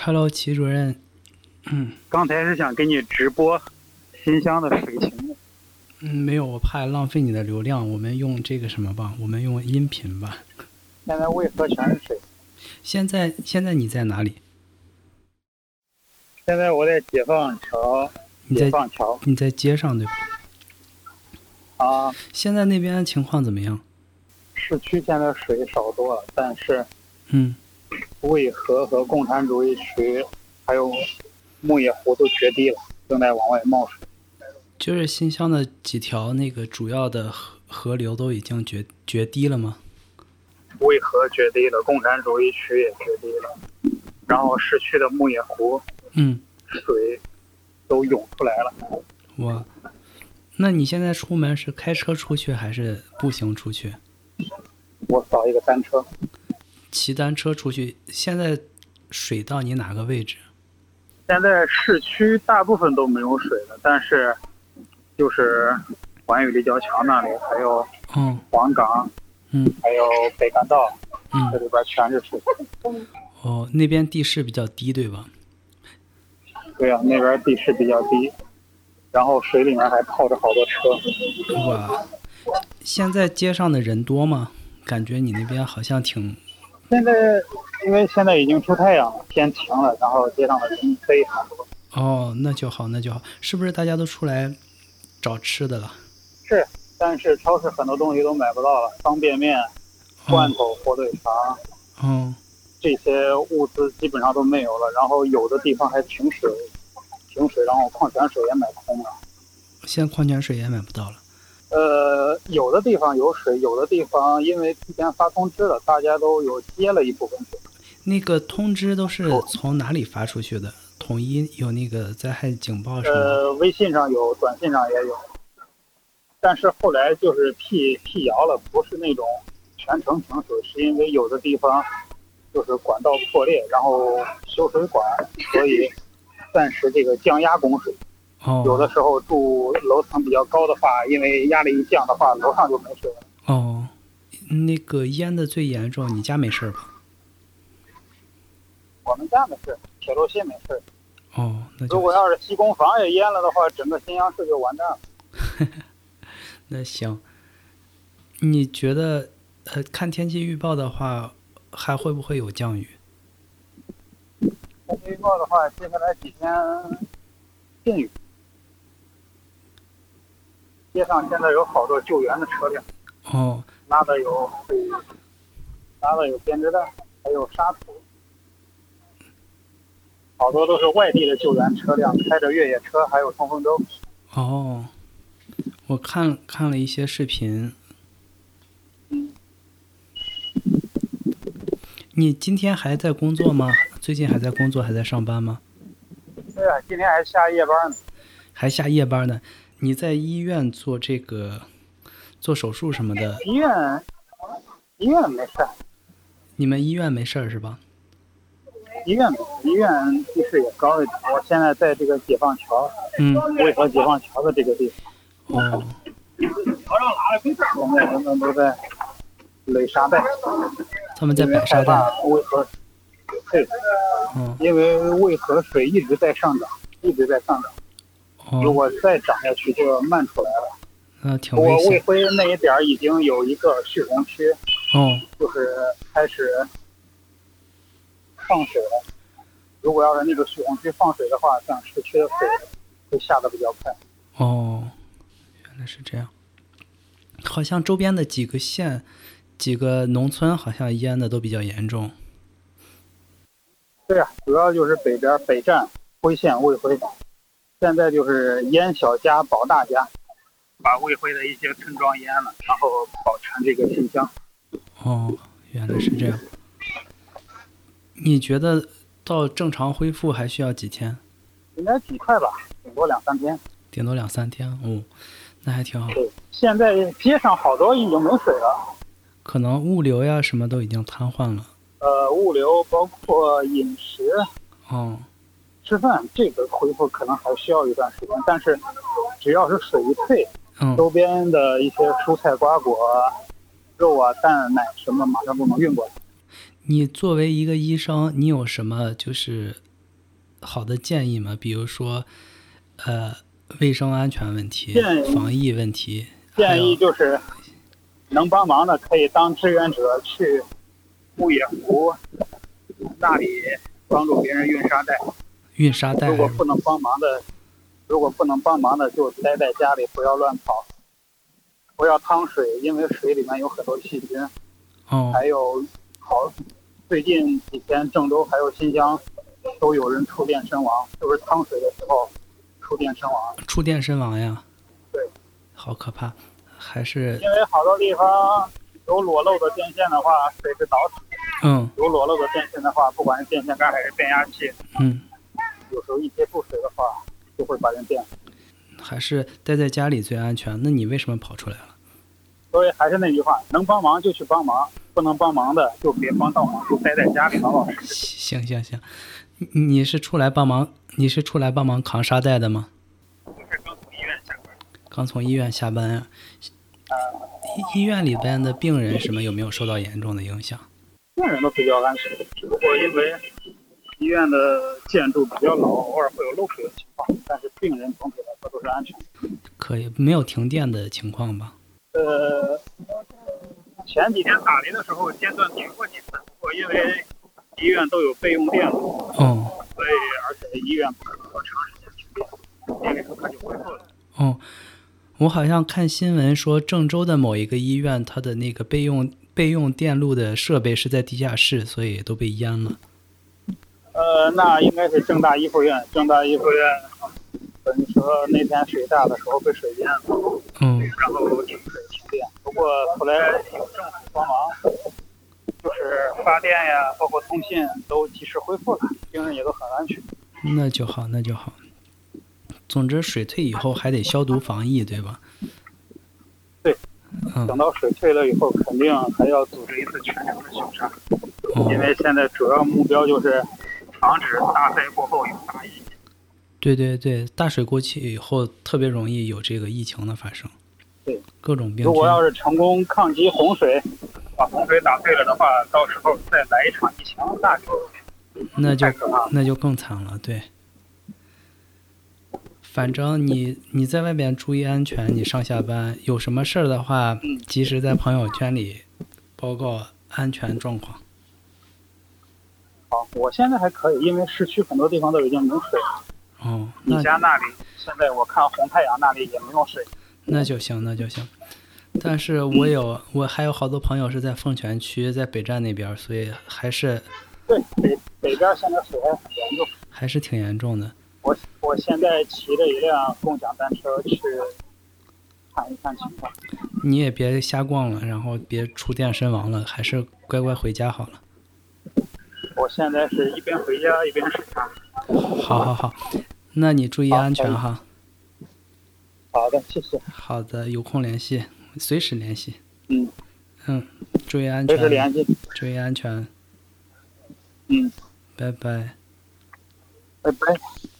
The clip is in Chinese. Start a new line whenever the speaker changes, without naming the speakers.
Hello，齐主任。嗯
刚才是想给你直播新乡的水情的，
嗯，没有，我怕浪费你的流量，我们用这个什么吧，我们用音频吧。
现在渭河全是水。
现在现在你在哪里？
现在我在解放桥，
你
解
在
放桥
你在街上对吧？
啊，
现在那边情况怎么样？
市区现在水少多了，但是
嗯，
渭河和共产主义区还有牧野湖都决堤了，正在往外冒水。
就是新乡的几条那个主要的河河流都已经决决堤了吗？
渭河决堤了，共产主义区也决堤了，然后市区的牧野湖
嗯，
水都涌出来了。
我，那你现在出门是开车出去还是步行出去？
我扫一个单车，
骑单车出去？现在水到你哪个位置？
现在市区大部分都没有水了，但是就是环宇立交桥那里，还有
嗯
黄冈，
嗯
还有北干道，这
嗯，
里边全是水。
哦，那边地势比较低对吧？
对啊，那边地势比较低，然后水里面还泡着好多车。
哇，现在街上的人多吗？感觉你那边好像挺……
现在因为现在已经出太阳了，天晴了，然后街上的人啊非常多。
哦，那就好，那就好，是不是大家都出来找吃的了？
是，但是超市很多东西都买不到了，方便面、罐头、火腿肠
嗯，
这些物资基本上都没有了。然后有的地方还停水，停水，然后矿泉水也买空了。
现在矿泉水也买不到了。
呃，有的地方有水，有的地方因为提前发通知了，大家都有接了一部分水。
那个通知都是从哪里发出去的？统一有那个灾害警报什么的。
呃，微信上有，短信上也有，但是后来就是辟辟谣了，不是那种全程停水，是因为有的地方就是管道破裂，然后修水管，所以暂时这个降压供水。
哦，
有的时候住楼层比较高的话，因为压力一降的话，楼上就没水了。
哦，那个淹的最严重，你家没事儿吧？
我们家没事，铁路系没事。
哦，那
如
就
果要是西工房也淹了的话，整个新阳市就完蛋了。
那行。你觉得，呃，看天气预报的话，还会不会有降雨？
天气预报的话，接下来几天阵雨。街上现在有好多救援的车辆，
哦，
拉的有水，拉的有编织袋，还有沙土，好多都是外地的救援车辆，开着越野车，还有冲锋舟。
哦，我看看了一些视频。你今天还在工作吗？最近还在工作，还在上班吗？
对啊，今天还下夜班呢。
还下夜班呢？你在医院做这个做手术什么的，
医院，医院没事儿，
你们医院没事儿是吧？
医院没事儿，医院地势也高一点。我现在在这个解放桥，
嗯，
渭河解放桥的这个地方。
哦，
现在人们都在垒沙袋，
他们在
因为
摆沙
害
袋。
怕渭河，对，
哦
因为渭河水一直在上涨，一直在上涨，如
哦，
果再涨下去就要漫出来了。
那挺
不过
危
渭
险。
河那一点儿已经有一个蓄洪区，
哦，
就是开始放水了。如果要是那个蓄洪区放水的话，像市区的水会下的比较快。
哦，原来是这样。好像周边的几个县、几个农村好像淹的都比较严重。
对呀、主要就是北边北站、辉县、卫辉，现在就是淹小家、保大家，把卫辉的一些村庄淹了，然后保全这个新乡。
哦，原来是这样。你觉得到正常恢复还需要几天？
应该挺快吧，顶多两三天。
顶多两三天。哦，那还挺好。
对，现在街上好多已经没水了，
可能物流呀什么都已经瘫痪了。
呃，物流包括饮食、
哦，
吃饭，这个恢复可能还需要一段时间，但是只要是水一退，
嗯，
周边的一些蔬菜、瓜果、肉啊、蛋、奶什么的，马上都能运过来。
你作为一个医生，你有什么就是好的建议吗？比如说，呃，卫生安全问题
建议、
防疫问题，还
建
有
议就是能帮忙的可以当志愿者去牧野湖那里帮助别人运沙袋，
运沙袋
如果
还是
不能帮忙的，如果不能帮忙的就待在家里，不要乱跑，不要趟水，因为水里面有很多细菌。
哦
还有好，最近几天郑州还有新乡都有人触电身亡，就是趟水的时候触电身亡。
触电身亡呀？
对，
好可怕！还是
因为好多地方有裸露的电线的话，水是导死；
嗯
有裸露的电线的话，不管是电线杆还是变压器，
嗯，
有时候一接触水的话，就会把人电死。
还是待在家里最安全。那你为什么跑出来了？
所以还是那句话，能帮忙就去帮忙，不能帮忙的就别帮倒忙，就待在家里老老实实。
行行行，你你是出来帮忙？你是出来帮忙扛沙袋的吗？
就是刚从医院下班，
刚从医院下班啊。医医院里边的病人什么有没有受到严重的影响？
病人都比较安全，只不过因为医院的建筑比较老，偶尔会有漏水的情况，但是病人总体来说都是安全。
可以，没有停电的情况吧？
呃，前几天打雷的时候间断停过几次，不过因为医院都有备用电路，
哦
所以而且医院不可能说长时间停电，电力很快就恢复了。
哦，我好像看新闻说郑州的某一个医院，它的那个备用备用电路的设备是在地下室，所以都被淹了。
呃，那应该是正大一附院，正大一附院，等于说那天水大的时候被水淹了，
嗯
然后停水停电。不过啊后来有政府帮忙，就是发电呀，包括通信都及时恢复了，病人也都很安全。
那就好，那就好。总之，水退以后还得消毒防疫，对吧？
对。等
嗯
到水退了以后，肯定还要组织一次全城的巡查，因
哦，
为现在主要目标就是防止大灾过后有大疫情。
对对对，大水过去以后，特别容易有这个疫情的发生。
对，
各种病
如果
菌
要是成功抗击洪水，把洪水打退了的话，到时候再来一场疫情，那就
那就
太可怕了。
那就更惨了，对。反正你你在外边注意安全，你上下班有什么事儿的话
嗯，
及时在朋友圈里报告安全状况。
好，我现在还可以，因为市区很多地方都已经没水了。
哦，那
你家那里现在我看红太阳那里也没有水。
那就行，那就行。但是我有我还有好多朋友是在凤泉区，在北站那边儿，所以还是
对，北北边现在水还很严重。
还是挺严重的。
我我现在骑着一辆共享单车去看一看情况。
你也别瞎逛了，然后别触电身亡了，还是乖乖回家好了。
我现在是一边回家一边视察。
好好好，那你注意
好
安全
好
哈。
好的，谢谢。
好的，有空联系，随时联系。
嗯
嗯，注意安
随时
全，
联系。
注意安全，
嗯，
拜拜。
呃拜拜。